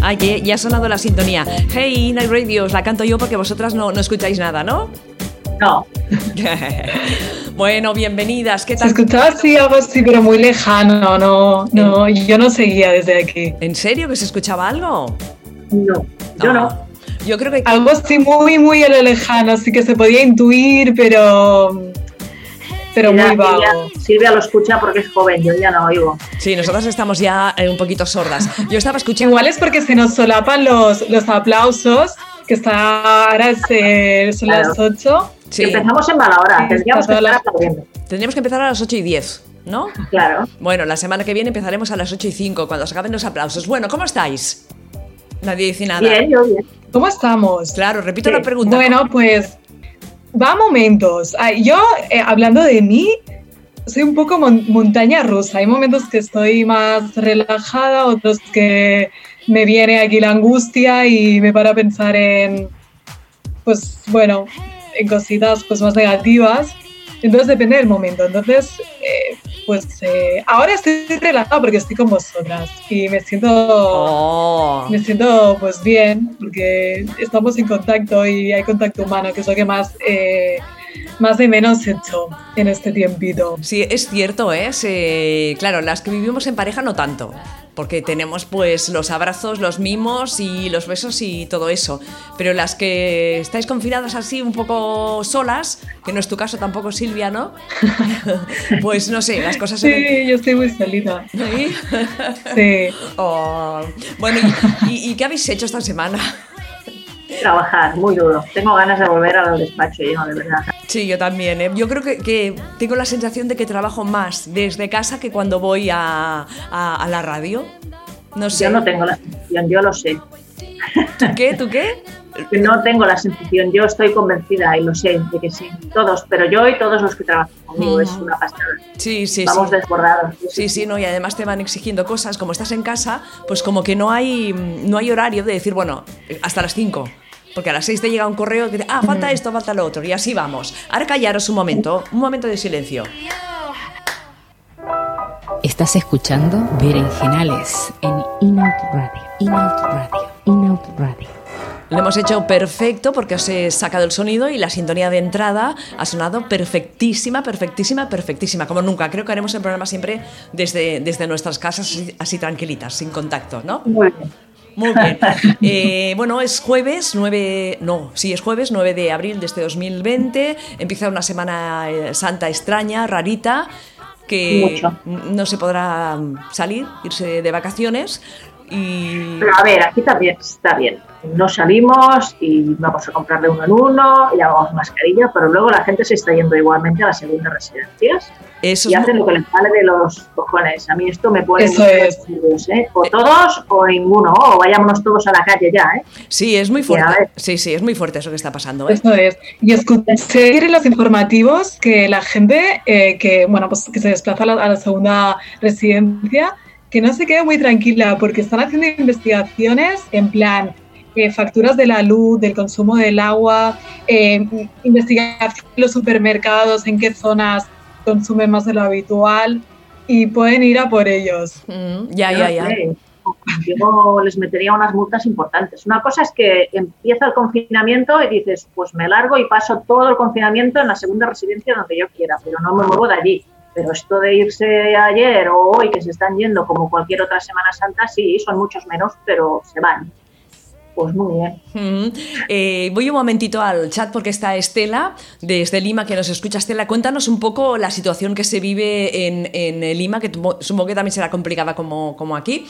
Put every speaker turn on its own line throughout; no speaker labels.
Ay, que ya ha sonado la sintonía. Hey, Night Radios, la canto yo porque vosotras no, no escucháis nada, ¿no?
No.
bueno, bienvenidas. ¿Qué
Se
tal?
escuchaba así algo así, pero muy lejano, no, no, yo no seguía desde aquí.
¿En serio que se escuchaba algo?
No, yo no.
Ah, Yo creo que
Algo así muy, muy a lo lejano, así que se podía intuir, pero, pero
Mira,
muy vago.
Silvia- Silvia lo escucha porque es joven, yo ya no oigo.
sí, nosotras estamos ya eh, un poquito sordas. Yo estaba escuchando.
Igual es porque se nos solapan los, los aplausos, que está ahora es, eh, son
Claro.
las 8.
Sí,
Empezamos en mala hora,
Sí,
tendríamos que
está
estar
sola.
aplaudiendo.
tendríamos que empezar a las 8 y 10, ¿no?
Claro.
Bueno, la semana que viene empezaremos a las 8 y 5, cuando se acaben los aplausos. Bueno, ¿cómo estáis? Nadie dice nada.
Bien, yo bien.
¿Cómo estamos?
Claro, repito la
Sí.
pregunta.
Bueno, pues va a momentos. Ah, Yo, eh, hablando de mí, soy un poco mon- montaña rusa. Hay momentos que estoy más relajada, otros que me viene aquí la angustia y me para a pensar en, pues bueno, en cositas pues más negativas. Entonces depende del momento. Entonces, eh, pues eh, ahora estoy relajada porque estoy con vosotras y me siento
Oh,
me siento pues bien porque estamos en contacto y hay contacto humano, que es lo que más, eh, más de menos he hecho en este tiempito.
Sí, es cierto, ¿eh? Sí, claro, las que vivimos en pareja no tanto, porque tenemos pues los abrazos, los mimos y los besos y todo eso. Pero las que estáis confinadas así un poco solas, que no es tu caso tampoco Silvia, ¿no? pues no sé, las cosas... se
Sí, yo estoy muy solita.
ven- ¿Sí?
Sí.
Oh, Bueno, ¿y- y, y qué habéis hecho esta semana?
Trabajar, muy duro. Tengo ganas de volver al despacho, yo, de verdad.
Sí, yo también. ¿eh? Yo creo que, que tengo la sensación de que trabajo más desde casa que cuando voy a, a- a la radio. No sé.
Yo no tengo la sensación, yo lo sé.
¿Tú qué? ¿Tú qué?
No tengo la sensación, yo estoy convencida y lo sé de que sí. Todos, pero yo y todos los que trabajan conmigo, es una pasada.
Sí, Mm. sí,
Vamos
sí.
desbordados.
Sí, sí, no, y además te van exigiendo cosas, como estás en casa, pues como que no hay, no hay horario de decir, bueno, hasta las 5, porque a las 6 te llega un correo que dice, ah, falta esto, falta lo otro, y así vamos. Ahora callaros un momento, un momento de silencio.
Estás escuchando Berenjenales en Inout Radio. Inout Radio. Inout Radio.
Lo hemos hecho perfecto porque os he sacado el sonido y la sintonía de entrada ha sonado perfectísima, perfectísima, perfectísima, como nunca. Creo que haremos el programa siempre desde, desde nuestras casas, así- así tranquilitas, sin contacto, ¿no?
Muy bien.
Muy bien. Eh, bueno, es jueves 9, no, sí, es jueves 9 de abril de este 2020. Empieza una semana eh, santa extraña, rarita, que
Mucho.
no se podrá salir, irse de vacaciones. Y
Pero a ver, aquí también está bien. No salimos y vamos a comprar de uno en uno, y llevamos mascarilla, pero luego la gente se está yendo igualmente a las segundas residencias
eso
y
es
hacen lo que les sale de los cojones. A mí esto me pone
Eso
mucho
es.
los nervios, ¿eh? O todos o ninguno, o vayámonos todos a la calle ya, ¿eh?
Sí, es muy
Sí, a
fuerte.
ver. Pues,
Sí, sí, es muy fuerte eso que está pasando. ¿eh?
Eso es. Y escuché en los informativos que la gente eh, que, bueno, pues que se desplaza a la, a la segunda residencia, que no se quede muy tranquila porque están haciendo investigaciones en plan eh, facturas de la luz, del consumo del agua, eh, investigar los supermercados, en qué zonas consumen más de lo habitual y pueden ir a por ellos.
Mm, ya,
Yo
ya,
no
ya.
sé, Yo les metería unas multas importantes. Una cosa es que empieza el confinamiento y dices, pues me largo y paso todo el confinamiento en la segunda residencia donde yo quiera, pero no me muevo de allí. Pero esto de irse ayer o hoy, que se están yendo como cualquier otra Semana Santa, sí, son muchos menos, pero se van. Pues muy bien.
Mm. Eh, voy un momentito al chat porque está Estela desde Lima que nos escucha. Estela, cuéntanos un poco la situación que se vive en, en eh, Lima, que tumo- supongo que también será complicada como, como aquí.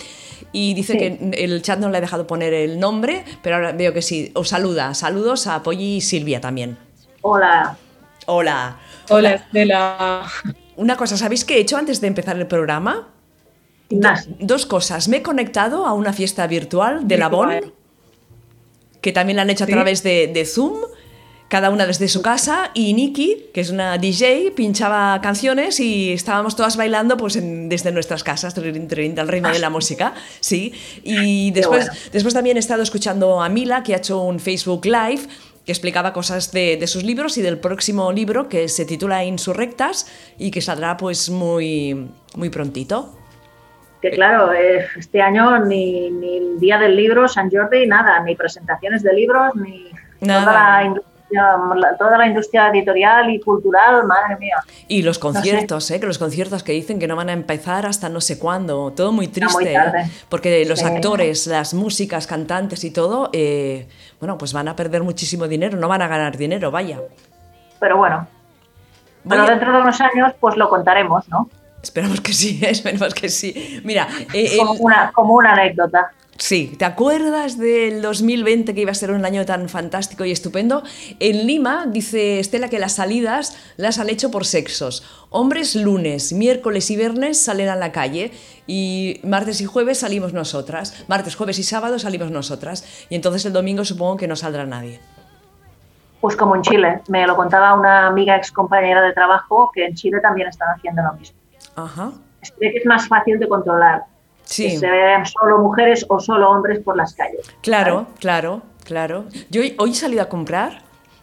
Y dice
Sí.
que el chat no le ha dejado poner el nombre, pero ahora veo que sí. Os saluda. Saludos a Polly y Silvia también.
Hola.
Hola.
Hola, Estela.
Una cosa, ¿sabéis qué he hecho antes de empezar el programa?
Ignacio.
Dos cosas. Me he conectado a una fiesta virtual de la Bon,
Virtual.
que también la han hecho a
Sí.
través de, de Zoom, cada una desde su casa, y Nikki, que es una DJ, pinchaba canciones y estábamos todas bailando pues en- desde nuestras casas, trin, trin, al ritmo de la música, sí. Y después,
bueno.
después también he estado escuchando a Mila, que ha hecho un Facebook Live que explicaba cosas de, de sus libros y del próximo libro que se titula Insurrectas y que saldrá pues muy, muy prontito.
Que claro, eh, este año ni, ni Día del Libro, San Jordi, nada, ni presentaciones de libros, ni
Nada.
toda la industria- toda la industria editorial y cultural, madre mía.
Y los
sé.
conciertos, ¿eh? que los conciertos que dicen que no van a empezar hasta no sé cuándo, todo muy
Está muy
triste, ¿eh?
tarde.
porque los
Sí.
actores, las músicas, cantantes y todo, eh, bueno, pues van a perder muchísimo dinero, no van a ganar dinero, vaya.
Pero bueno,
Voy
pero
a-
dentro de unos años pues lo contaremos, ¿no?
Esperamos que sí, ¿eh? esperamos que sí. Mira, eh, eh,
Como una, como una anécdota.
Sí, ¿te acuerdas del 2020 que iba a ser un año tan fantástico y estupendo? En Lima dice Estela que las salidas las han hecho por sexos. Hombres lunes, miércoles y viernes salen a la calle y martes y jueves salimos nosotras. Martes, jueves y sábado salimos nosotras. Y entonces el domingo supongo que no saldrá nadie.
Pues como en Chile, me lo contaba una amiga ex compañera de trabajo que en Chile también están haciendo lo mismo.
Ajá.
Es que es más fácil de controlar que
Sí.
se vean solo mujeres o solo hombres por las calles.
Claro, claro, claro. Yo hoy- hoy he salido a comprar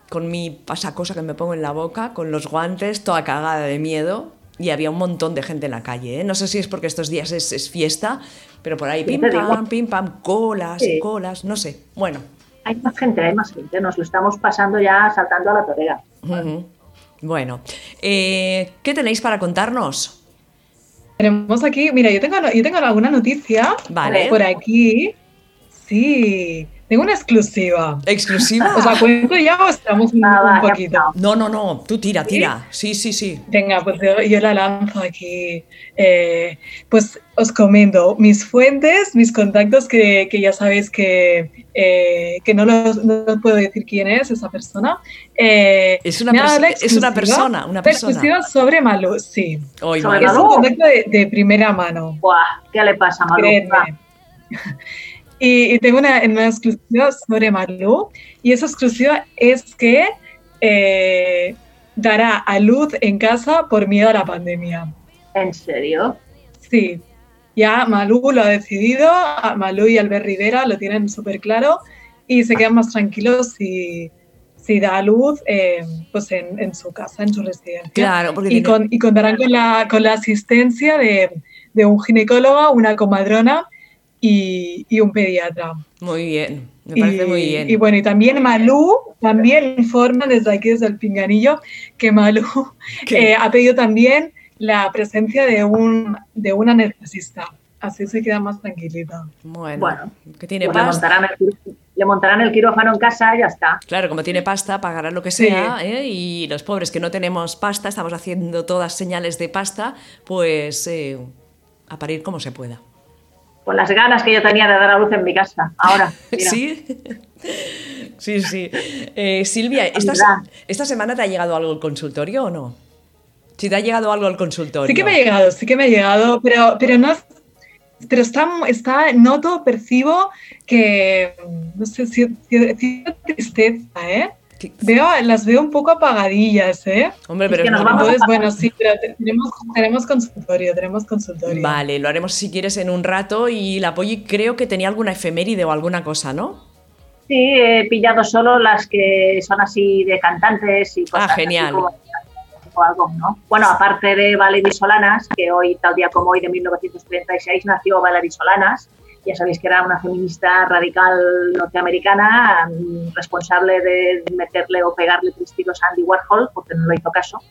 con mi pasacosa que me pongo en la boca, con los guantes, toda cagada de miedo. Y había un montón de gente en la calle. ¿eh? No sé si es porque estos días es, es fiesta, pero por ahí
Sí,
pim
te digo.
pam, pim pam, colas,
Sí.
colas, no sé. Bueno,
Hay más gente, hay más gente, nos lo estamos pasando ya saltando a la torera.
ujú. bueno. Eh, ¿Qué tenéis para contarnos?
Tenemos aquí, mira, yo tengo, yo tengo alguna noticia
Vale.
por aquí. Sí, tengo una exclusiva.
¿Exclusiva?
¿Os la cuento ya o estamos un,
Ah,
un
va, ya
poquito?
está.
no, no, no. Tú tira, tira. Sí, sí, sí.
Venga, pues yo, yo la lanzo aquí. Eh, pues os comento mis fuentes, mis contactos, que, que ya sabéis que, eh, que no, los, no os puedo decir quién es esa persona. Eh,
Es una,
me ha dado
perso-
la
es una
exclusiva-
persona, una
la
persona.
exclusiva sobre Malú, sí.
Hoy,
Sobre
Es
Manu.
un
Malú.
contacto de, de primera mano.
Buah, ¿qué le pasa, Malu? Ah,
Créeme. Y, y tengo una, una exclusiva sobre Malú. Y esa exclusiva es que eh, dará a luz en casa por miedo a la pandemia.
¿En serio?
Sí. Ya Malú lo ha decidido, a Malú y Albert Rivera lo tienen súper claro y se quedan más tranquilos si, si da a luz eh, pues en, en su casa, en su residencia.
Claro, porque
Y,
tiene-
con- y contarán con la, con la asistencia de, de un ginecólogo, una comadrona y, y un pediatra.
muy bien. Me parece
y,
muy bien.
Y bueno, y también Malú, también informa desde aquí, desde el Pinganillo, que Malú
¿Qué?
eh, ha pedido también la presencia de un, de un anestesista. Así se queda más tranquilita.
Bueno,
Bueno,
que tiene
Pues le,
pasta.
montarán el, quir- le montarán el quirófano en casa y ya está.
Claro, como tiene pasta, pagará lo que
Sí.
sea. ¿eh? Y los pobres que no tenemos pasta, estamos haciendo todas señales de pasta, pues eh, a parir como se pueda.
Con las ganas que yo tenía de dar a luz en mi casa. Ahora, mira.
¿Sí? sí, sí. Eh, Silvia, esta,
Verdad.
¿esta semana te ha llegado algo al consultorio o no? Si te ha llegado algo al consultorio.
Sí que me ha llegado, sí que me ha llegado, pero, pero no es- pero está, está, noto, percibo que, no sé, cier- cier- cierta tristeza, ¿eh?
Que-
Veo, las veo un poco apagadillas, ¿eh?
Hombre,
Es
pero
que
es
nos
normal.
vamos
Entonces, bueno, sí, pero te- tenemos, tenemos consultorio, tenemos consultorio.
Vale, lo haremos si quieres en un rato. Y la Polly creo que tenía alguna efeméride o alguna cosa, ¿no?
Sí, he pillado solo las que son así de cantantes y cosas
Ah,
así
genial.
como- o algo, ¿no? Bueno, aparte de Valerie Solanas, que hoy, tal día como hoy, de 1936, nació Valerie Solanas. Ya sabéis que era una feminista radical norteamericana, mm, responsable de meterle o pegarle tres tiros a Andy Warhol, porque no le hizo caso.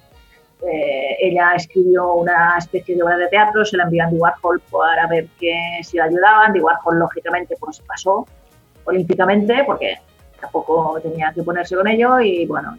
Eh, ella escribió una especie de obra de teatro, se la envió a Andy Warhol para ver que si la ayudaba. Andy Warhol, lógicamente, pues pasó olímpicamente, porque tampoco tenía que ponerse con ello. Y bueno,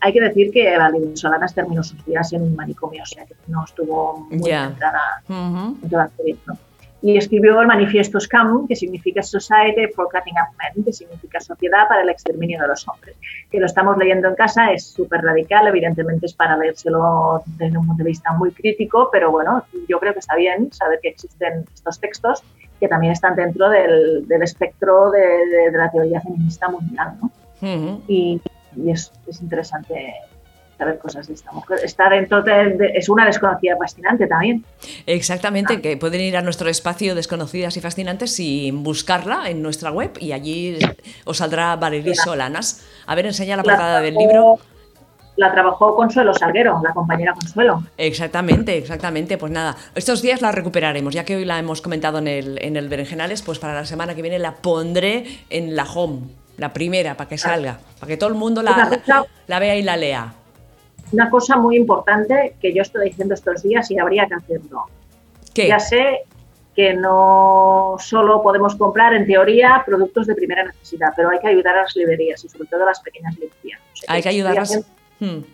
hay que decir que la Lidia Solanas terminó sus días en un manicomio, o sea que no estuvo muy
Ya.
centrada
Ujú.
en toda la serie, ¿no? Y escribió el manifiesto SCAM, que significa Society for Cutting Up Men, que significa Sociedad para el Exterminio de los Hombres. Que lo estamos leyendo en casa, es súper radical, evidentemente es para leérselo desde un punto de vista muy crítico, pero bueno, yo creo que está bien saber que existen estos textos que también están dentro del, del espectro de, de- de la teoría feminista mundial, ¿no?
Ujú.
y, y es, es interesante saber cosas de esta mujer. Está dentro de, de- es una desconocida fascinante también.
Exactamente, que pueden ir a nuestro espacio Desconocidas y Fascinantes y buscarla en nuestra web y allí os saldrá Valerie Solanas. A ver, enseña la portada del libro.
la trabajó Consuelo Salguero, la compañera Consuelo.
Exactamente, exactamente. Pues nada, estos días la recuperaremos, ya que hoy la hemos comentado en el, en el Berenjenales, pues para la semana que viene la pondré en la home, la primera, para que salga, para que todo el mundo
Pues
la, la, la vea y la lea.
Una cosa muy importante que yo estoy diciendo estos días y habría que hacerlo.
¿Qué?
Ya sé que no solo podemos comprar, en teoría, productos de primera necesidad, pero hay que ayudar a las librerías y sobre todo a las pequeñas librerías. O sea,
Hay que
estoy
ayudarlas.
haciendo
Hmm.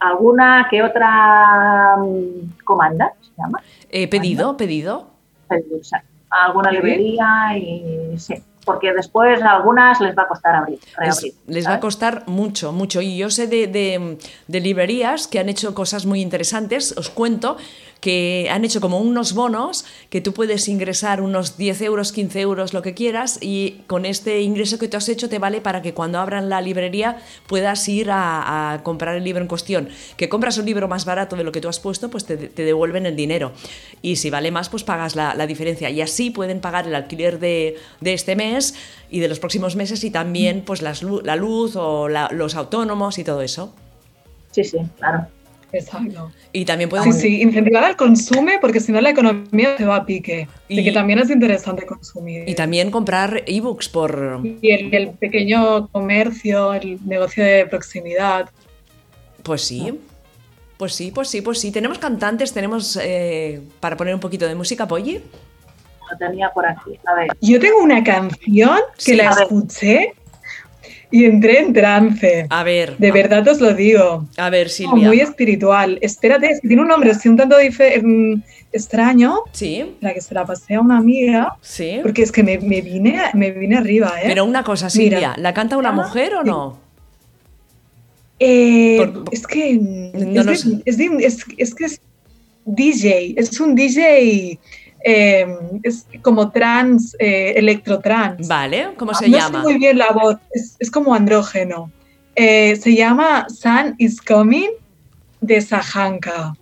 Alguna que otra mm, comanda, se llama,
Eh, pedido, pedido.
Pero, o sea, alguna
Muy bien.
librería y sí, porque después a algunas les va a costar abrir.
Les,
reabrir,
les va a
¿sabes?
costar mucho, mucho. Y yo sé de, de- de librerías que han hecho cosas muy interesantes. Os cuento que han hecho como unos bonos que tú puedes ingresar unos 10 euros, 15 euros, lo que quieras. Y con este ingreso que tú has hecho te vale para que cuando abran la librería puedas ir a, a comprar el libro en cuestión. Que compras un libro más barato de lo que tú has puesto, pues te, te devuelven el dinero. Y si vale más, pues pagas la, la diferencia. Y así pueden pagar el alquiler de, de este mes y de los próximos meses y también pues las lu- la luz o la- los autónomos y todo eso.
Sí, sí, claro.
Exacto.
Y también pueden...
Sí, Ah, sí, incentivar al consumo porque si no la economía se va a pique. Así
Y-
que también es interesante consumir.
Y también comprar ebooks por...
Y el, el pequeño comercio, el negocio de proximidad.
Pues
Ah.
sí. Pues sí, pues sí, pues sí. Tenemos cantantes, tenemos... eh, para poner un poquito de música, Polly.
Lo tenía por aquí. A ver,
Yo tengo una canción que
Sí,
la
a ver.
escuché y entré en trance.
A ver.
De
a-
verdad os lo digo.
A ver,
Como
Ah. Silvia.
Muy espiritual. Espérate, es que tiene un nombre así un tanto dife- mm, extraño.
Sí,
La que se la pasé a una amiga.
sí.
Porque es que me, me vine, me vine arriba, ¿eh?
¿Eh? Pero una cosa, Silvia,
Mira.
¿la canta una mujer o no?
Eh,
Por-
es que
No
es,
lo
de-
sé.
es de- es- es que es DJ, es un DJ, eh, es como trans, eh, electrotrans.
Vale, ¿cómo se
Ah, no
llama?
sé muy bien la voz, es, es como andrógeno. Eh, se llama Sun is Coming de Sajanka.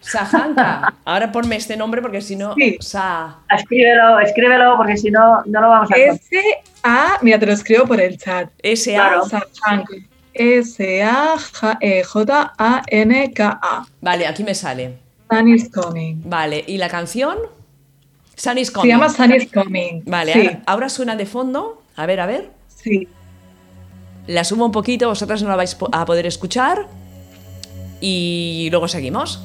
Sajanka. Ahora ponme este nombre porque si no...
Sí.
Sa-
escríbelo, escríbelo porque si no, no lo vamos a encontrar.
S-A, mira, te lo escribo por el chat.
S.A.
Claro.
Sajanka. S-A-J-A-N-K-A.
Vale, aquí me sale.
Sun is Coming.
Vale, ¿y la canción? Sun is
Se
Coming.
llama Sun is Coming.
Vale,
sí.
ahora, ahora suena de fondo. A ver, a ver.
Sí,
La subo un poquito, vosotras no la vais po- a poder escuchar. Y luego seguimos.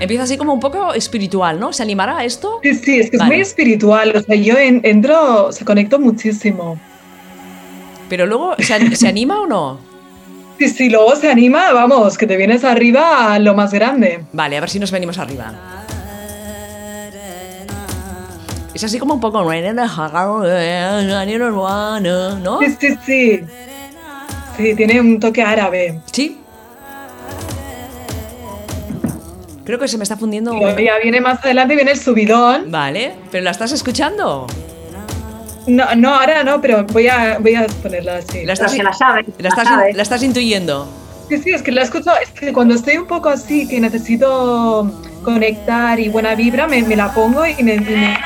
Empieza así como un poco espiritual, ¿no? ¿Se animará a esto?
sí, sí, es que
Vale.
es muy espiritual. O sea, yo en- entro, se conecto muchísimo.
Pero luego, ¿se, an- ¿se anima o no?
Sí, sí, luego se anima, vamos, que te vienes arriba a lo más grande.
Vale, a ver si nos venimos arriba. Es así como un poco... ¿No?
Sí, sí, sí. Sí, tiene un toque árabe.
Sí. Creo que se me está fundiendo...
Luego ya viene más adelante, viene el subidón.
Vale, pero ¿la estás escuchando?
No, no ahora no, pero voy a, voy a ponerla así.
¿La
Pero
estás,
se la ¿eh? sabe.
la
La
estás-
sabe.
la estás intuyendo?
Sí, sí, es que la escucho, es que cuando estoy un poco así, que necesito conectar y buena vibra, me, me la pongo y me... y me-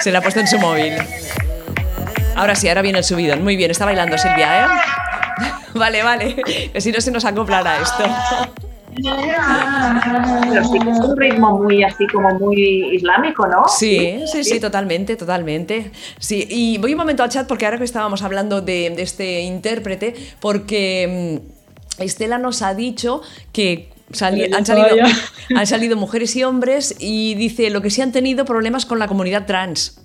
Se la ha puesto en su móvil. Ahora sí, ahora viene el subidón. Muy bien, está bailando Silvia, ¿eh? Vale, vale. que Si no se nos acoplará esto.
Pero sí, es un ritmo muy así como muy islámico, ¿no?
Sí, sí, sí, totalmente, totalmente. Sí, y voy un momento al chat porque ahora que estábamos hablando de, de este intérprete, porque mm, Estela nos ha dicho que sali-
Pero yo
han, salido,
todavía.
han salido mujeres y hombres y dice lo que sí han tenido problemas con la comunidad trans.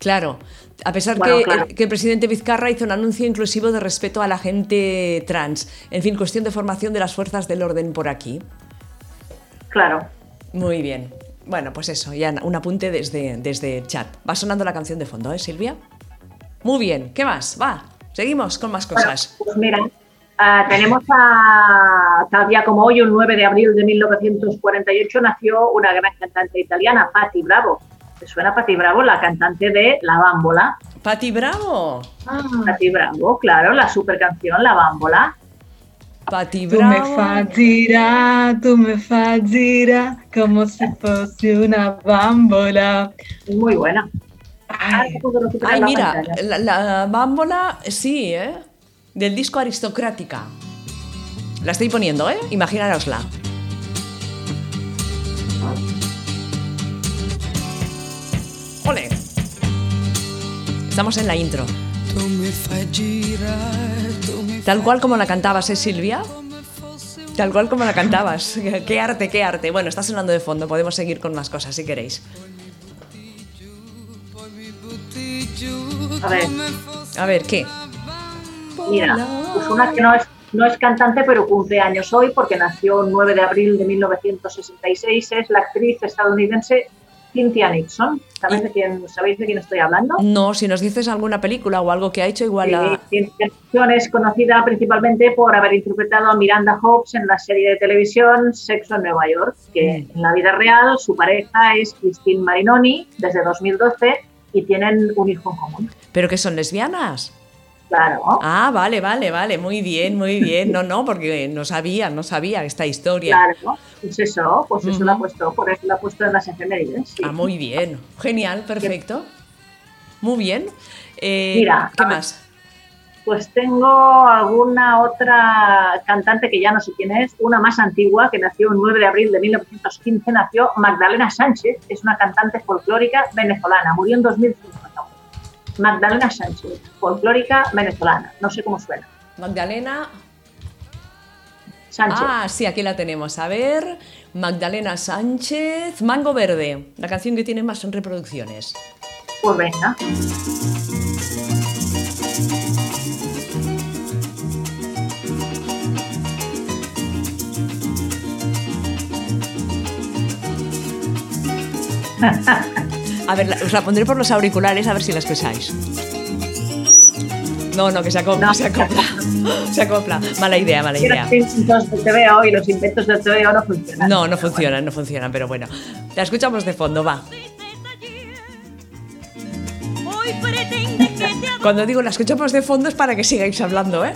Claro, a pesar
Bueno,
que, eh,
claro.
que el presidente Vizcarra hizo un anuncio inclusivo de respeto a la gente trans. En fin, cuestión de formación de las fuerzas del orden por aquí.
Claro.
Muy bien. Bueno, pues eso, ya un apunte desde, desde el chat. Va sonando la canción de fondo, ¿eh, Silvia? Muy bien, ¿qué más? Va, seguimos con más cosas.
Pues mira, ah, tenemos a tal día como hoy, un 9 de abril de 1948, nació una gran cantante italiana, Patti Bravo. ¿Te suena Patti Bravo? La cantante de La Bambola.
Patti Bravo.
Patti Bravo, claro, la super canción La Bambola.
Patti
Tú me
Bravo.
fas girar, tú me fas girar, como si fuese una bambola.
Muy buena. Ahora se puede recuperar
Ay,
la
mira,
pantalla.
la, la bámbola, sí, ¿eh? Del disco Aristocrática. La estoy poniendo, ¿eh? Imaginárosla. ¡Ole! Estamos en la intro.
Come fai girare, tu mi
Tal cual como la cantabas, ¿eh, Silvia? Tal cual como la cantabas. qué arte, qué arte. Bueno, está sonando de fondo, podemos seguir con más cosas si queréis.
butti
eh,
giù
A ver,
come fosse
A ver, ¿qué?
mira, pues una que no es, no es cantante, pero cumple años hoy porque nació el 9 de abril de 1966, es la actriz estadounidense Cynthia Nixon. ¿Sabéis de quién, ¿sabéis de quién estoy hablando?
No, si nos dices alguna película o algo que ha hecho, igual la...
Sí, Eh, Cynthia Nixon es conocida principalmente por haber interpretado a Miranda Hobbs en la serie de televisión Sexo en Nueva York, que en la vida real su pareja es Christine Marinoni desde 2012 y tienen un hijo en común.
¿Pero que son lesbianas?
Claro.
Ah, vale, vale, vale, muy bien, muy bien. No, no, porque no sabía, no sabía esta historia.
Claro, pues eso, pues eso
Ujú.
lo ha puesto, por eso lo ha puesto en las efemérides. sí.
Ah, muy bien. Genial, perfecto. Muy bien. Eh,
Mira,
¿qué
a ver.
más?
Pues tengo alguna otra cantante que ya no sé quién es, una más antigua que nació el 9 de abril de 1915, nació Magdalena Sánchez, es una cantante folclórica venezolana, murió en 2005. Magdalena Sánchez, folclórica venezolana, no sé cómo suena.
Magdalena.
Sánchez,
Ah, sí, aquí la tenemos. A ver, Magdalena Sánchez, Mango Verde, la canción que tiene más reproducciones.
pues venga.
A ver, la- os la pondré por los auriculares a ver si la escucháis. No, no, que se acopla,
No.
se acopla. Se acopla. Mala idea, mala
Quiero
idea.
los inventos de TVO y los inventos de TVO no funcionan.
No, no funcionan, no funcionan, pero bueno. La escuchamos de fondo, va. Cuando digo la escuchamos de fondo es para que sigáis hablando, ¿eh?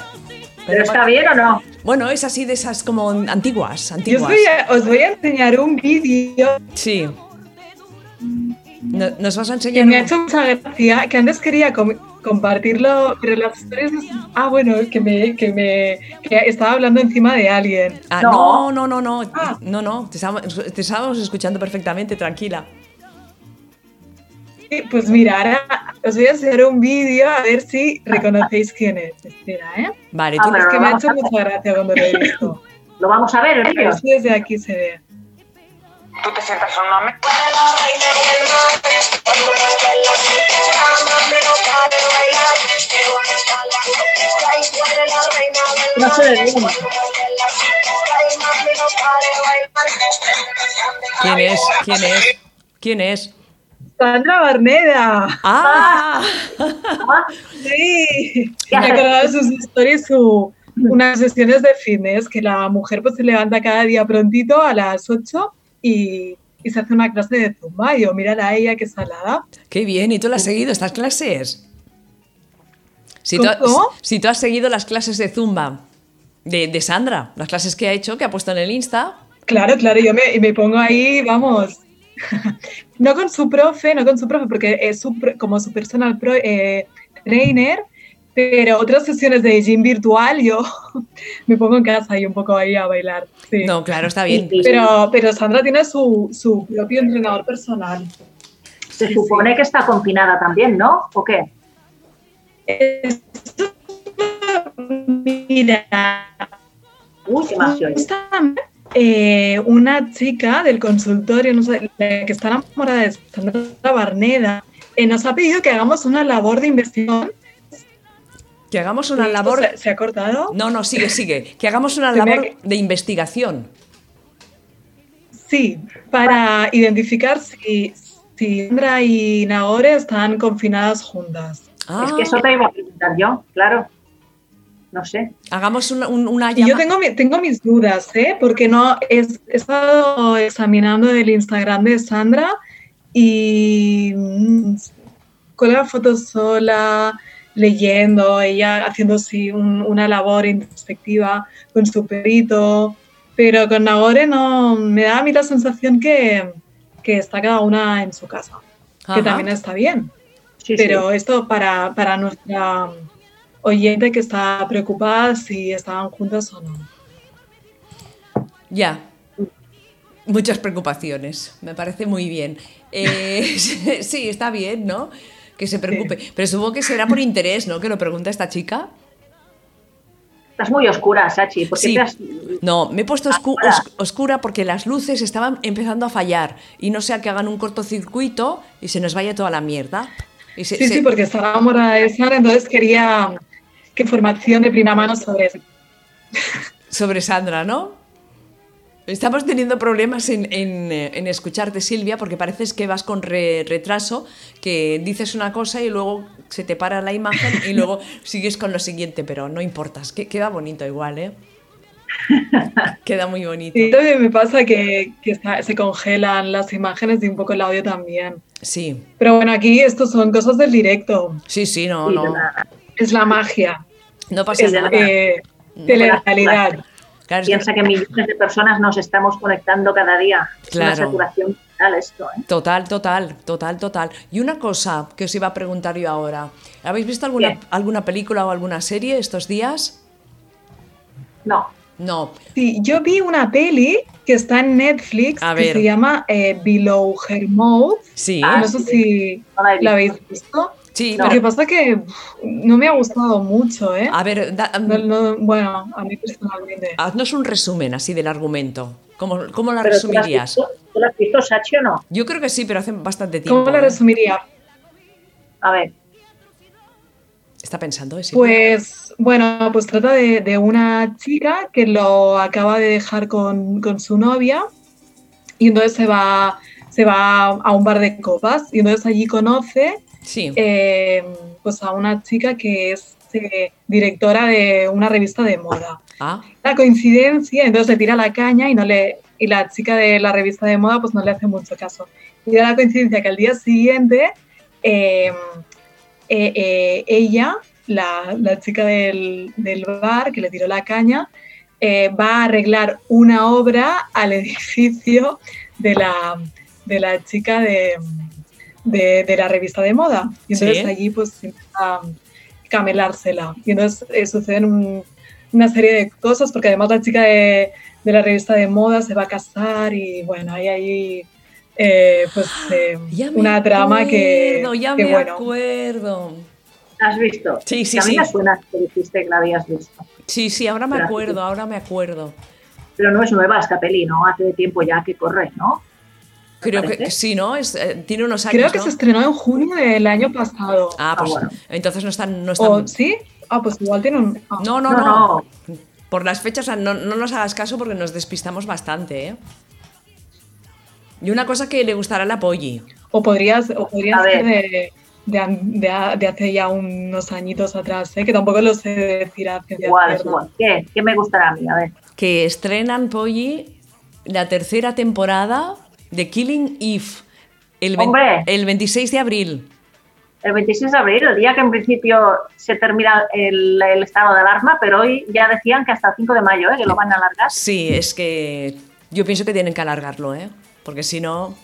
¿Pero está bien o no?
Bueno, es así de esas como antiguas,
Yo os
antiguas.
voy a, os voy a enseñar un vídeo
Sí. No- Nos vas a
que
enseñar.
me ha
un-
hecho mucha gracia, que antes quería com- compartirlo, pero las tres... Ah, bueno, que me, que me que estaba hablando encima de alguien.
Ah, no,
No.
no, no, no.
Ah.
No, no. Te estábamos, te estábamos escuchando perfectamente, tranquila.
Sí, Pues mira, ahora os voy a hacer un vídeo a ver si reconocéis quién es. Espera, ¿eh?
Vale,
Ah,
tú.
Es
pero
que
lo
me ha
vamos
hecho
a ver.
mucha gracia cuando lo he visto.
Lo vamos a ver, ¿eh? el
A
vídeo.
ver si desde aquí se ve.
Tú te sientas un hombre.
No se ve bien.
¿Quién es? ¿Quién es? ¿Quién es?
¡Sandra Barneda!
¡Ah!
Ah,
Sí,
¿Qué
me
haces?
acordaba de sus historias, su, unas sesiones de fitness, que la mujer pues se levanta cada día prontito a las 8 y, y se hace una clase de zumba. Y yo, mírala a ella, qué salada.
Qué bien, ¿y tú la has seguido estas clases? Si tú,
¿Cómo?
si tú has seguido las clases de Zumba de, de Sandra, las clases que ha hecho, que ha puesto en el Insta.
Claro, claro, yo me, me pongo ahí, vamos. no con su profe, no con su profe, porque es su pro- como su personal pro- eh, trainer, pero otras sesiones de gym virtual yo me pongo en casa y un poco ahí a bailar. Sí.
No, claro, está bien.
Sí, sí.
Pero, pero Sandra tiene su, su propio entrenador personal.
Se supone que está confinada también, ¿no? ¿O qué?
Esto- Mira,
Uy, qué más se oye.
justamente, eh, una chica del consultorio, no sé, la que está enamorada de Sandra Barneda, eh, nos ha pedido que hagamos una labor de investigación.
Que hagamos una
Esto
labor.
Se, se ha cortado?
No, no, sigue, sigue. Que hagamos una
Tenía
labor de investigación.
Sí, para identificar si, si Sandra y Nagore están confinadas juntas.
Ah,
Es que eso te iba a preguntar yo, claro. No sé.
hagamos una, un- una
Y yo
llama-
tengo, mi- tengo mis dudas, ¿eh? Porque no es- he estado examinando el Instagram de Sandra y mm, colga fotos sola, leyendo, ella haciendo sí, un- una labor introspectiva con su perrito. Pero con Nagore no, me da a mí la sensación que, que está cada una en su casa,
Ajá.
que también está bien.
Sí,
Pero esto para, para nuestra oyente que está preocupada si estaban juntas o no.
Ya. Muchas preocupaciones. Me parece muy bien. Eh, sí, está bien, ¿no? Que se preocupe. Pero supongo que será por interés, ¿no? Que lo pregunta esta chica.
Estás muy oscura, Sachi, porque
Sí.
te has-
No, me he puesto oscu-
Ah,
Ahora.
os- oscura porque las luces estaban empezando a fallar. Y no sea que hagan un cortocircuito y se nos vaya toda la mierda. Y se-
Sí, sí,
se-
porque estaba morada de Sara, entonces quería um, que formación de primera mano sobre eso.
sobre Sandra, ¿no? Estamos teniendo problemas en, en, eh, en escucharte, Silvia, porque pareces que vas con re- retraso, que dices una cosa y luego se te para la imagen y luego sigues con lo siguiente, pero no importa, es que queda bonito igual, ¿eh? Queda muy bonito.
Sí, también me pasa que, que está- se congelan las imágenes y un poco el audio también.
Sí,
Pero bueno, aquí estos son cosas del directo.
sí, sí, no,
Sí,
no,
nada.
Es la magia,
no pasa
es
nada.
eh, telerrealidad.
Claro, es que-
Piensa que millones de personas nos estamos conectando cada día. Es una
Claro.
saturación total esto, ¿eh?
Total, total, total, total. Y una cosa que os iba a preguntar yo ahora. ¿Habéis visto alguna,
¿Qué?
alguna película o alguna serie estos días?
No,
No,
Sí, yo vi una peli que está en Netflix
A
que
ver.
se llama eh, Below Her Mouth.
sí. ¿eh?
Ah,
no sé si
no la he
la
visto.
habéis visto.
Sí,
Lo que
pero.
pasa que uf, no me ha gustado mucho, ¿eh?
A ver, da- mm,
No- no- bueno, a mí personalmente.
haznos un resumen así del argumento. ¿Cómo, cómo la
Pero ¿tú la has
resumirías?
visto? ¿Tú la has visto, Sachi, o no?
Yo creo que sí, pero hace bastante tiempo.
¿Cómo la
¿eh?
resumiría?
A ver,
Está pensando eso.
Pues bueno, pues trata de, de una chica que lo acaba de dejar con, con su novia y entonces se va, se va a un bar de copas y entonces allí conoce
sí.
eh, pues a una chica que es eh, directora de una revista de moda.
ah,
La coincidencia, entonces le tira la caña y no le y la chica de la revista de moda pues no le hace mucho caso. Y da la coincidencia que al día siguiente eh, eh, eh, ella, la, la chica del, del bar que le tiró la caña, eh, va a arreglar una obra al edificio de la, de la chica de, de- de la revista de moda. Y entonces
Sí.
allí pues empieza a camelársela. Y entonces eh, suceden un- una serie de cosas, porque además la chica de, de la revista de moda se va a casar y bueno, hay ahí eh, pues eh,
Ah, ya me
una trama que,
acuerdo, Ya
que,
me
bueno.
acuerdo.
¿la ¿has visto?
Sí, sí,
Que a mí
sí.
me suena que dijiste que la habías visto.
Sí, sí, ahora me
Gracias.
acuerdo, ahora me acuerdo.
Pero no es nueva esta peli, ¿no? Hace tiempo ya que corre, ¿no?
Creo que,
parece?
que sí, ¿no? Es, eh, tiene unos años.
Creo que
¿no?
se estrenó en junio del año pasado.
Ah, pues
bueno.
entonces no están. No, están
¿O sí? Ah, pues igual tiene un... ah.
no, no,
No,
no. Por las fechas, no, no nos hagas caso porque nos despistamos bastante, ¿eh? Y una cosa que le gustará a la Polly.
O podrías, o podría
A
ser
ver.
de, de an- de a- de hace ya unos añitos atrás, ¿eh? que tampoco lo sé decir a ciencia
Igual, es
cierta.
igual. ¿Qué? ¿Qué me gustará a mí? A ver.
que estrenan Polly la tercera temporada de Killing Eve el, vein-
¡Hombre!
el 26 de abril.
El 26 de abril, el día que en principio se termina el, el estado de alarma, pero hoy ya decían que hasta el 5 de mayo, ¿eh? que lo van a alargar.
Sí, es que yo pienso que tienen que alargarlo, ¿eh? Porque si no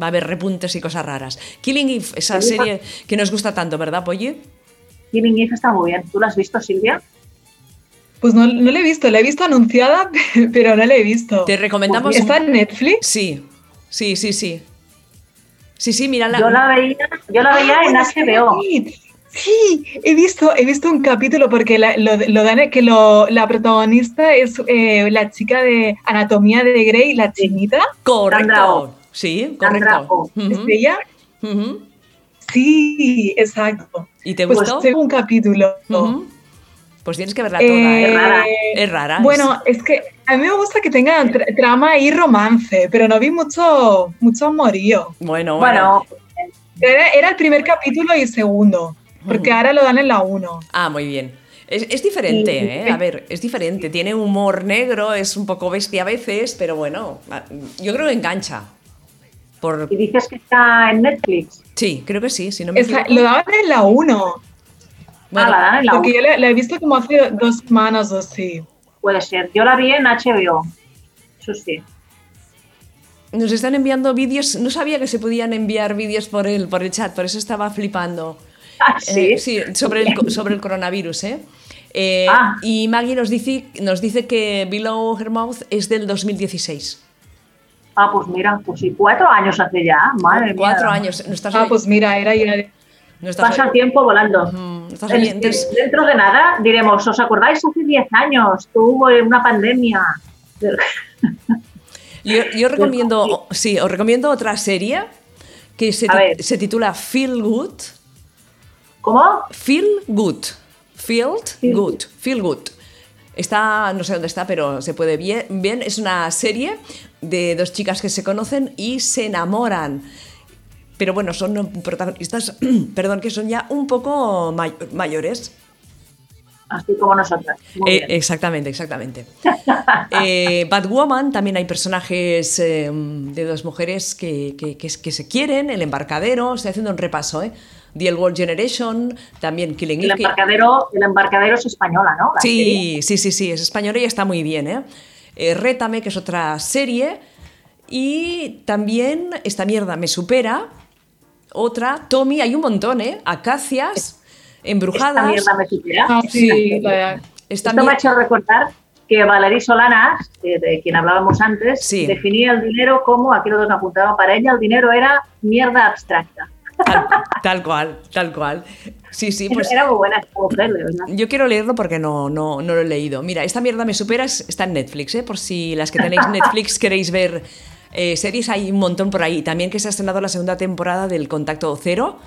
va a haber repuntes y cosas raras. Killing Eve, esa
Sí, hija.
serie que nos gusta tanto, ¿verdad, Polly?
Killing Eve está muy bien. ¿Tú lo has visto, Silvia?
Pues no, no la he visto, la he visto anunciada, pero no la he visto.
Te recomendamos
¿Está en Netflix?
Sí. Sí, sí, sí. Sí, sí, mira
Yo la veía, yo la veía
Ah,
en
bueno, está
HBO.
Netflix. Sí, he visto, he visto un capítulo porque la, lo, lo dan que lo- la protagonista es eh, la chica de Anatomía de Grey, la chinita,
Correcto.
Sandra Oh.
Sí,
Sandra
correcto.
Oh.
¿es
Ujú,
ella?
ujú.
Sí, exacto.
¿Y te
Pues
gustó?
tengo un capítulo.
Ujú. Pues tienes que verla toda.
Eh,
es
Es
rara.
rara.
Es rara, es-
Bueno, es que a mí me gusta que tengan tra- trama y romance, pero no vi mucho, mucho morío.
bueno, bueno.
Bueno,
Era, era el primer capítulo y segundo, porque
Ujú.
ahora lo dan en la 1.
Ah, muy bien. Es, es diferente, ¿eh? A ver, es diferente. Tiene humor negro, es un poco bestia a veces, pero bueno, ah, yo creo que engancha. Por...
y dices que está en Netflix.
Sí, creo que sí, si no me equivoco.
lo ¿eh? daban en la 1,
Bueno,
ah, la dan en la
porque yo la, la he visto como hace dos semanas o así.
Puede ser. Yo la vi en HBO. Eso sí.
Nos están enviando vídeos. No sabía que se podían enviar vídeos por el, por el chat, por eso estaba flipando.
Ah, sí.
Eh, sí, sobre el, sobre el coronavirus, ¿eh? Eh,
Ah.
Y Maggie nos dice, nos dice que Below Her Mouth es del 2016.
Ah, pues mira, pues sí, cuatro años hace ya, madre mía.
Cuatro años. No estás,
Ah,
oy-
pues mira, era ya.
no estás
Pasa el
oy-
tiempo volando.
Mm, no estás
El-
oyentes.
el- dentro de nada diremos, ¿os acordáis hace 10 años que hubo una pandemia?
Yo, yo recomiendo, sí, os recomiendo otra serie que se,
A
ti-
ver.
se titula Feel Good.
¿Cómo?
Feel Good. Feel Good. Feel Good. Está, no sé dónde está, pero se puede bien, bien. Es una serie de dos chicas que se conocen y se enamoran. Pero bueno, son protagonistas, perdón, que son ya un poco may- mayores.
Así como nosotras. Muy
Eh,
bien.
exactamente, exactamente. Eh, Batwoman, también hay personajes eh, de dos mujeres que, que- que- que se quieren, El Embarcadero, estoy haciendo un repaso, ¿eh? The L World Generation, también Killing
el,
Eve, que-
embarcadero, el embarcadero es española, ¿no? La serie.
Sí, sí, sí, sí, es española y está muy bien, ¿eh? Eh, Rétame, que es otra serie. Y también Esta mierda me supera. Otra, Tommy, hay un montón, ¿eh? Acacias,
Esta
Embrujadas.
mierda me supera.
Ah,
Sí.
sí, la-
Esta
Esto me ha
mier-
hecho recordar que Valerie Solanas, eh, de quien hablábamos antes,
Sí.
definía el dinero como, aquí lo apuntaba, para ella el dinero era mierda abstracta.
tal, tal cual, tal cual. Sí, sí, pues
era muy buena esta mujer, de verdad.
yo quiero leerlo porque no, no, no lo he leído. Mira, Esta mierda me supera es- está en Netflix, ¿eh? Por si las que tenéis Netflix queréis ver eh, series, hay un montón por ahí. También que se ha estrenado la segunda temporada del Contacto Cero.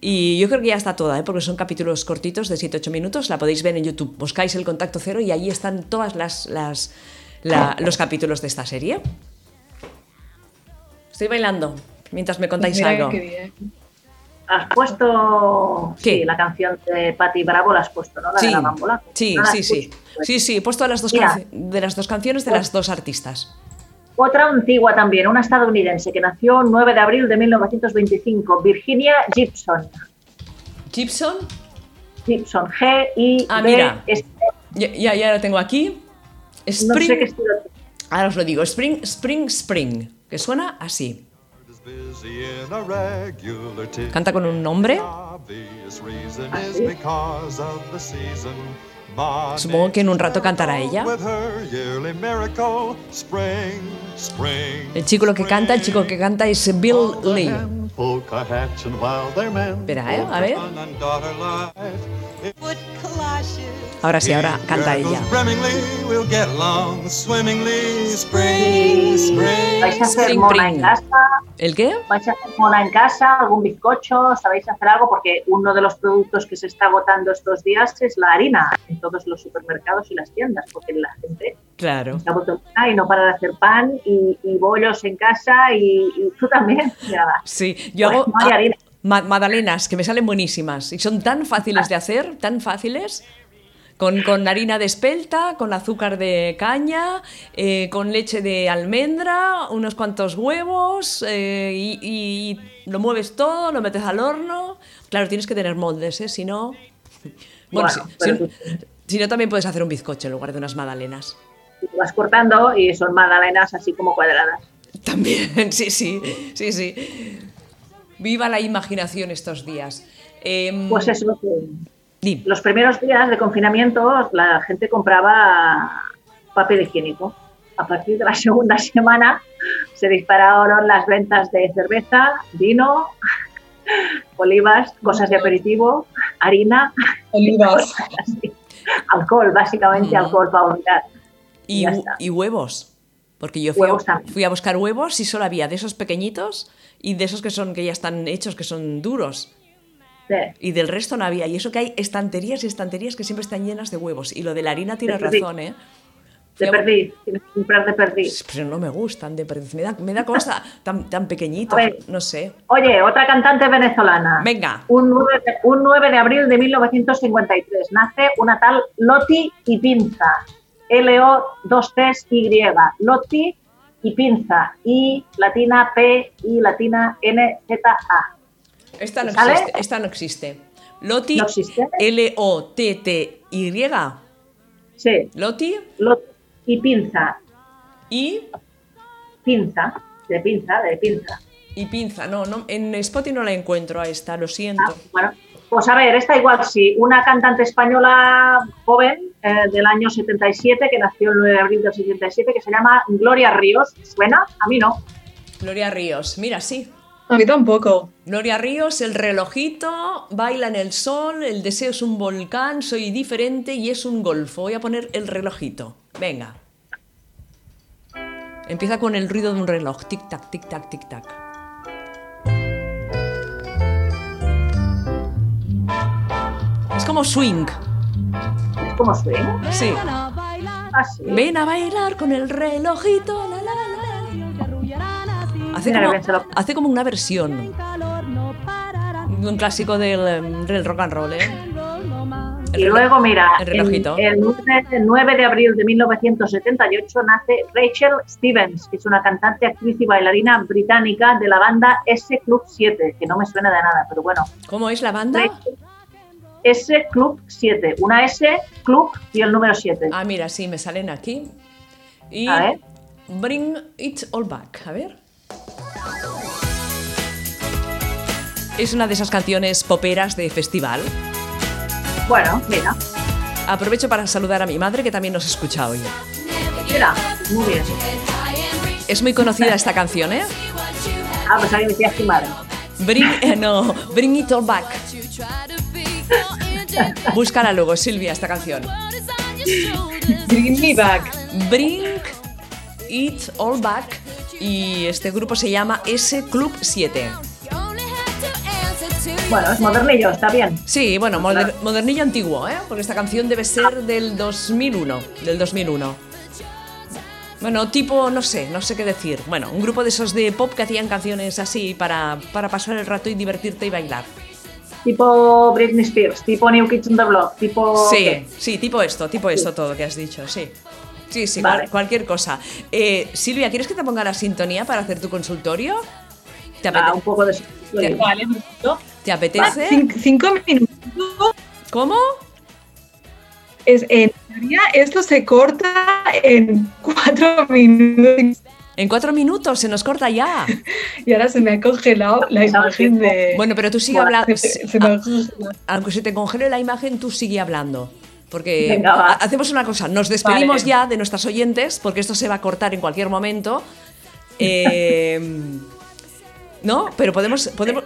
Y yo creo que ya está toda, ¿eh? porque son capítulos cortitos de 7-8 minutos. La podéis ver en YouTube. Buscáis el contacto cero y ahí están todas las, las- la- los capítulos de esta serie. Estoy bailando mientras me contáis
pues mira
algo.
qué bien.
Has puesto
¿Qué?
sí, la canción de Patti Bravo, la has puesto, ¿no? La
Sí,
de la bambola.
sí,
No la
sí, sí.
escucho. Pues
Sí, sí, he puesto las dos,
Mira. Pues
canci- de las dos canciones de las dos artistas.
Otra antigua también, una estadounidense que nació el 9 de abril de 1925, Virginia Gibson.
Gibson,
Gibson, G I
Ah,
B
mira.
S.
ya, ya, ya lo tengo aquí.
No
Spring,
sé qué estilo.
ahora os lo digo, Spring, Spring, Spring, que suena así.
is busy in a regular tick.
Canta con un nombre,
Obvious reason
Ah,
is because of the season. My
Supongo que en un rato cantará ella.
miracle With her yearly miracle, spring, spring,
el chico lo que canta, el chico que canta es Bill Lee. Espera,
Espera,
eh, a ver. Ahora sí, ahora canta ella.
¿Vais a hacer
Spring,
mona
spring.
en casa?
¿El qué?
¿Vais a hacer mona en casa? ¿Algún bizcocho? ¿Sabéis hacer algo? Porque uno de los productos que se está agotando estos días es la harina en todos los supermercados y las tiendas, porque la gente
Claro.
está botonada y no para de hacer pan y, y bollos en casa y, y tú también. Nada.
Sí, yo
Pues
hago
no hay
ah,
harina.
ma- magdalenas que me salen buenísimas y son tan fáciles de hacer, tan fáciles. Con, con harina de espelta, con azúcar de caña, eh, con leche de almendra, unos cuantos huevos eh, y, y lo mueves todo, lo metes al horno. Claro, tienes que tener moldes, ¿eh? si no... Bueno,
Bueno,
si,
pero
si-
tú-
si no también puedes hacer un bizcocho en lugar de unas magdalenas.
y te vas cortando y son magdalenas así como cuadradas.
También, sí, sí, sí, sí. Viva la imaginación estos días. Em,
Pues eso, que
di.
los primeros días de confinamiento la gente compraba papel higiénico. A partir de la segunda semana se dispararon las ventas de cerveza, vino, olivas, cosas
Mm.
de aperitivo, harina,
Olivas.
así. alcohol, básicamente
Ujú.
alcohol para vomitar.
Mm. y,
ya
hu-
está.
y huevos. Porque yo fui,
Huevos
a,
también.
fui a buscar huevos y solo había de esos pequeñitos y de esos que son que ya están hechos, que son duros.
Sí.
Y del resto no había. Y eso que hay estanterías y estanterías que siempre están llenas de huevos. Y lo de la harina tiene
perdí.
razón, ¿eh? Fui
De
a-
perdiz, tienes que comprar de perdiz.
Pero no me gustan de perdiz. Me da, me da cosa tan, tan pequeñito.
A ver.
No sé.
Oye, otra cantante venezolana.
Venga.
Un 9, de, un 9 de abril de 1953 nace una tal Loti y Pinza. L-O-2-T-Y. Loti y Pinza. I latina P y latina N-Z-A.
Esta no
¿Sale?
existe. Esta no existe. Loti.
¿No existe?
L-O-T-T-Y.
Sí,
Loti
Loti y Pinza.
y
Pinza. de pinza, de pinza.
Y pinza, no, no, en Spotify no la encuentro a esta, lo siento.
Ah, bueno, pues a ver, está igual si una cantante española joven eh, del año 77, que nació el 9 de abril del 77, que se llama Gloria Ríos, ¿suena? A mí no.
Gloria Ríos, mira, sí.
A mí tampoco.
Gloria Ríos, el relojito, baila en el sol, el deseo es un volcán, soy diferente y es un golfo. Voy a poner el relojito. Venga. Empieza con el ruido de un reloj. Tic tac, tic tac, tic tac. Es como swing.
Es como suena.
Sí.
Así.
Ven a bailar con el relojito. la, la, la, la. Hace,
Mira,
como,
piénsalo.
hace como una versión. De Un clásico del, em, del rock and roll, ¿eh? El
Y
reloj-
luego, mira,
el relojito.
el- el 9, de- el 9 de abril de 1978 nace Rachel Stevens, que es una cantante, actriz y bailarina británica de la banda S Club 7, que no me suena de nada, pero bueno.
¿Cómo es la banda?
Rachel S Club 7, una S Club y el número 7.
Ah, mira, sí, me salen aquí. Y
A ver.
Bring It All Back, a ver. Es una de esas canciones poperas de festival. Ah.
Bueno, mira,
Aprovecho para saludar a mi madre que también nos escucha hoy.
mira, muy bien.
Es muy conocida esta canción, ¿eh?
Ah, pues alguien decía tu madre.
Bring, eh, no, Bring It All Back. Búscala luego, Silvia, esta canción.
Bring me back.
Bring It All Back y este grupo se llama S Club 7.
Bueno, es modernillo, está bien.
Sí, bueno, moder- modernillo antiguo, ¿eh? Porque esta canción debe ser del 2001, del 2001. Bueno, tipo, no sé, no sé qué decir. Bueno, un grupo de esos de pop que hacían canciones así para, para pasar el rato y divertirte y bailar.
Tipo Britney Spears, tipo New Kids on the Block, tipo...
Sí, sí, tipo esto, tipo esto todo que has dicho, sí. Sí, sí, cual-
Vale.
cualquier cosa. Eh, Silvia, ¿quieres que te ponga la sintonía para hacer tu consultorio? ¿Te, apete-
Ah, un poco de...
Vale, perfecto.
te apetece?
Ah, Cin- cinco minutos.
¿Cómo?
Es, en teoría, esto se corta en cuatro minutos.
En cuatro minutos, se nos corta ya.
Y ahora se me ha congelado la
Sabes,
imagen de.
Bueno, pero tú sigue
Bueno,
hablando. Ah,
se, se- se me ha congelado.
aunque se te congele la imagen, tú sigue hablando. Porque
Venga, va.
ha- hacemos una cosa, nos despedimos
Vale.
ya de nuestras oyentes, porque esto se va a cortar en cualquier momento. Eh, no, pero podemos, podemos.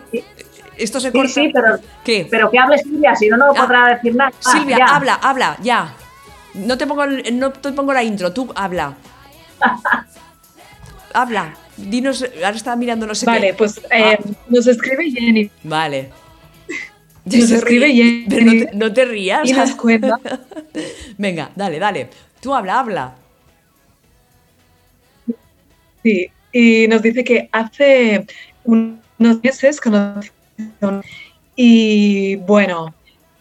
Esto se
Sí,
corta.
sí, pero-
¿Qué?
Pero que hable Silvia, si no, no podrá decir nada. Ah,
Silvia,
ya.
habla, habla, ya. No te pongo el- no te pongo la intro, tú habla. habla. Dinos, ahora está mirando no sé
Vale,
qué. Ah.
pues eh, nos escribe Jenny
Vale.
Nos
Se
escribe
ríe,
Jenny.
Pero no te, no te rías.
y nos cuenta.
Venga, dale, dale. Tú habla, habla.
Sí, y nos dice que hace un- unos meses conocieron y bueno,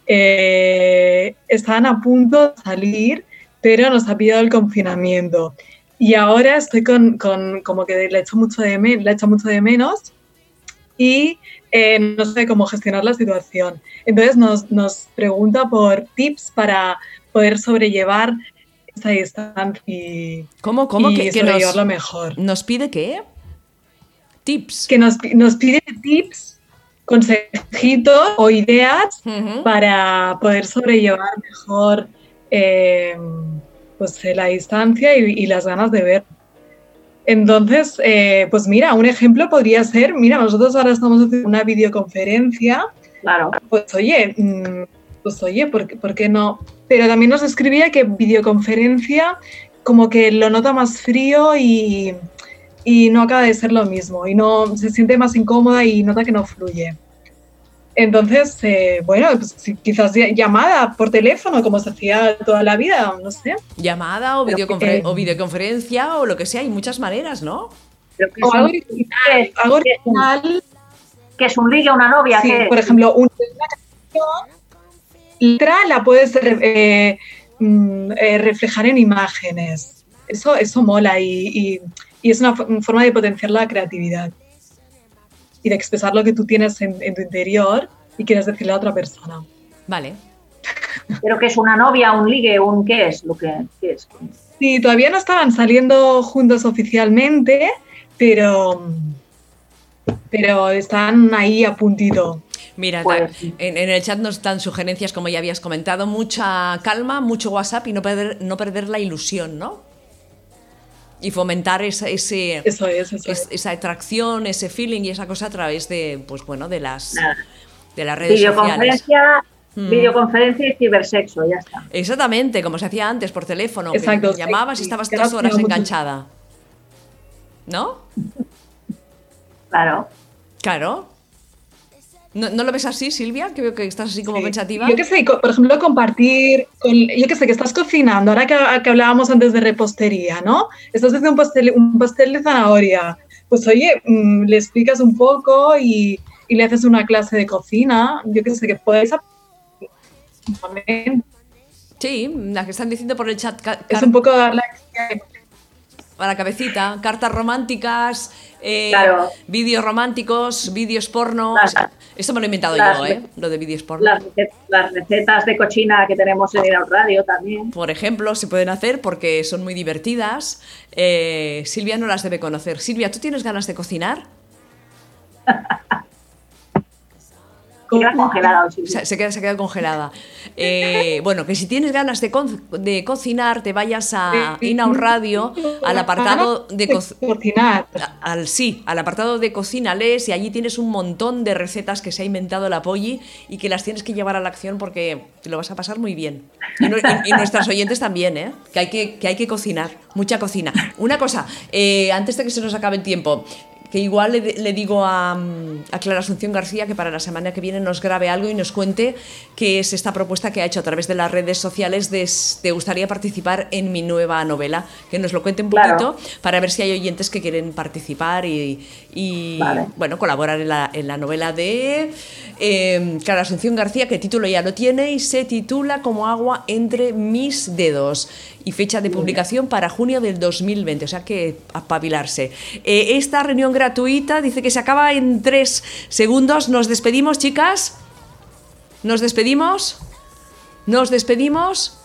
eh, estaban a punto de salir, pero nos ha pillado el confinamiento. Y ahora estoy con, con- como que la echo mucho de, men- la echo mucho de menos y eh, no sé cómo gestionar la situación. Entonces nos, nos pregunta por tips para poder sobrellevar esa distancia y,
¿Cómo, cómo
y
que, que nos,
sobrellevarlo mejor
nos pide qué? Tips.
que nos, pi- nos pide tips, consejitos o ideas
Ujú.
para poder sobrellevar mejor eh, pues, eh, la distancia y, y las ganas de ver. Entonces, eh, pues mira, un ejemplo podría ser, mira, nosotros ahora estamos haciendo una videoconferencia
Claro.
pues oye, mm, pues oye, ¿por, qué- por qué no? Pero también nos escribía que videoconferencia como que lo nota más frío y, y no acaba de ser lo mismo y no se siente más incómoda y nota que no fluye. Entonces, eh, bueno, pues sí, quizás ya- llamada por teléfono, como se hacía toda la vida, no sé.
Llamada o,
Pero,
videoconferen-
eh,
o videoconferencia o lo que sea. Hay muchas maneras, ¿no?
Pero que,
O
es
algo
un,
original, algo original
que es un ligue, una novia.
Sí,
que,
por ejemplo, un- una canción, letra la puedes eh, mm, eh, reflejar en imágenes. Eso, eso mola y, y- y es una fo- una forma de potenciar la creatividad y de expresar lo que tú tienes en, en tu interior y quieres decirle a otra persona.
Vale.
pero que es una novia, un ligue, un qué es lo que qué es.
Sí, todavía no estaban saliendo juntos oficialmente, pero, pero están ahí a puntito.
Mira,
Pues-
ta- en, en el chat nos dan sugerencias, como ya habías comentado, mucha calma, mucho WhatsApp y no perder, no perder la ilusión, ¿no? Y fomentar esa, ese,
Eso es, eso es.
es- esa atracción, ese feeling y esa cosa a través de, pues bueno, de las,
Nada.
de las redes sociales.
Videoconferencia,
Mm.
videoconferencia y cibersexo, ya está.
Exactamente, como se hacía antes por teléfono. que
Exacto, sí,
llamabas y
sí,
estabas
que
tres
no
horas
teníamos-
enganchada. ¿No?
Claro.
Claro. ¿No, no lo ves así, Silvia? Que veo que estás así como
Sí.
pensativa.
Yo que sé, co- por ejemplo, compartir, con, yo que sé, que estás cocinando, ahora que, que hablábamos antes de repostería, ¿no? Estás haciendo un pastel, un pastel de zanahoria. Pues oye, mm, le explicas un poco y, y le haces una clase de cocina, yo que sé, que podéis ap-
Sí, las que están diciendo por el chat. ca-
es
car-
un poco darle
a la cabecita, cartas románticas, eh,
Claro.
vídeos románticos, vídeos porno.
Claro.
O sea, esto me lo he inventado
Claro.
yo, ¿eh? Lo de vídeos porno.
Las, rece- las recetas de cochina que tenemos en el radio también.
Por ejemplo, se pueden hacer porque son muy divertidas. Eh, Silvia no las debe conocer. Silvia, ¿tú tienes ganas de cocinar?
Queda congelada. o
O
sin-
sea, se, queda, se ha quedado congelada. Eh, bueno, que si tienes ganas de, con- de cocinar, te vayas Ah, a Inau Radio, al apartado de co-
cocinar.
a- Al sí, al apartado de cocina lees y allí tienes un montón de recetas que se ha inventado la Polly y que las tienes que llevar a la acción porque te lo vas a pasar muy bien. Y, nu- y- y nuestras oyentes también, ¿eh? Que hay que, que hay que cocinar, mucha cocina. Una cosa, eh, antes de que se nos acabe el tiempo, que igual le, le digo a, mm, a Clara Asunción García que para la semana que viene nos grabe algo y nos cuente qué es esta propuesta que ha hecho a través de las redes sociales de s- te gustaría participar en mi nueva novela, que nos lo cuente un
Claro.
poquito para ver si hay oyentes que quieren participar y, y,
Vale.
bueno, colaborar en la, en la novela de eh, Clara Asunción García, que título ya lo tiene y se titula Como agua entre mis dedos y fecha de publicación para junio del 2020, o sea que apabilarse. Eh, esta reunión gratuita dice que se acaba en tres segundos. Nos despedimos, chicas. Nos despedimos. Nos despedimos.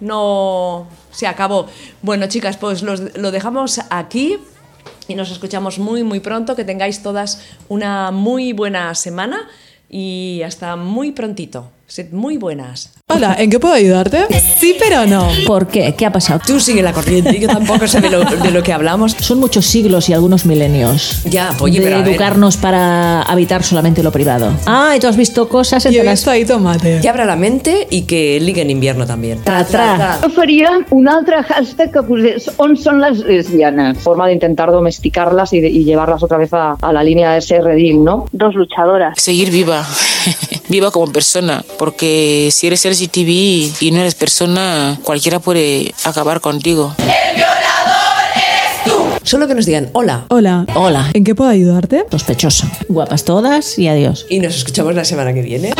No, se acabó. Bueno, chicas, pues los- lo dejamos aquí y nos escuchamos muy, muy pronto. Que tengáis todas una muy buena semana y hasta muy prontito. Sed muy buenas.
Hola, ¿en qué puedo ayudarte? Sí, pero no.
¿Por qué? ¿Qué ha pasado?
Tú sigue la corriente, yo tampoco sé de lo, de lo que hablamos.
Son muchos siglos y algunos milenios.
Ya, oye,
de
pero a ver.
educarnos para habitar solamente lo privado. Ah, y tú has visto cosas
Y
entre
he
las...
visto ahí tomate.
Que abra la mente y que ligue en invierno también.
Tra, tra.
Jo faria un altre hashtag que posés on són les lesbianes. Forma de intentar domesticarlas y, de- y llevarlas otra vez a, a la línea de ser redil, ¿no? Dos luchadoras.
Seguir viva, viva como persona, porque si eres LGTB y no eres persona, cualquiera puede acabar contigo.
Solo que nos digan hola
Hola,
Hola,
¿en qué puedo ayudarte?
sospechosa. Guapas todas y adiós.
y nos escuchamos la semana que viene.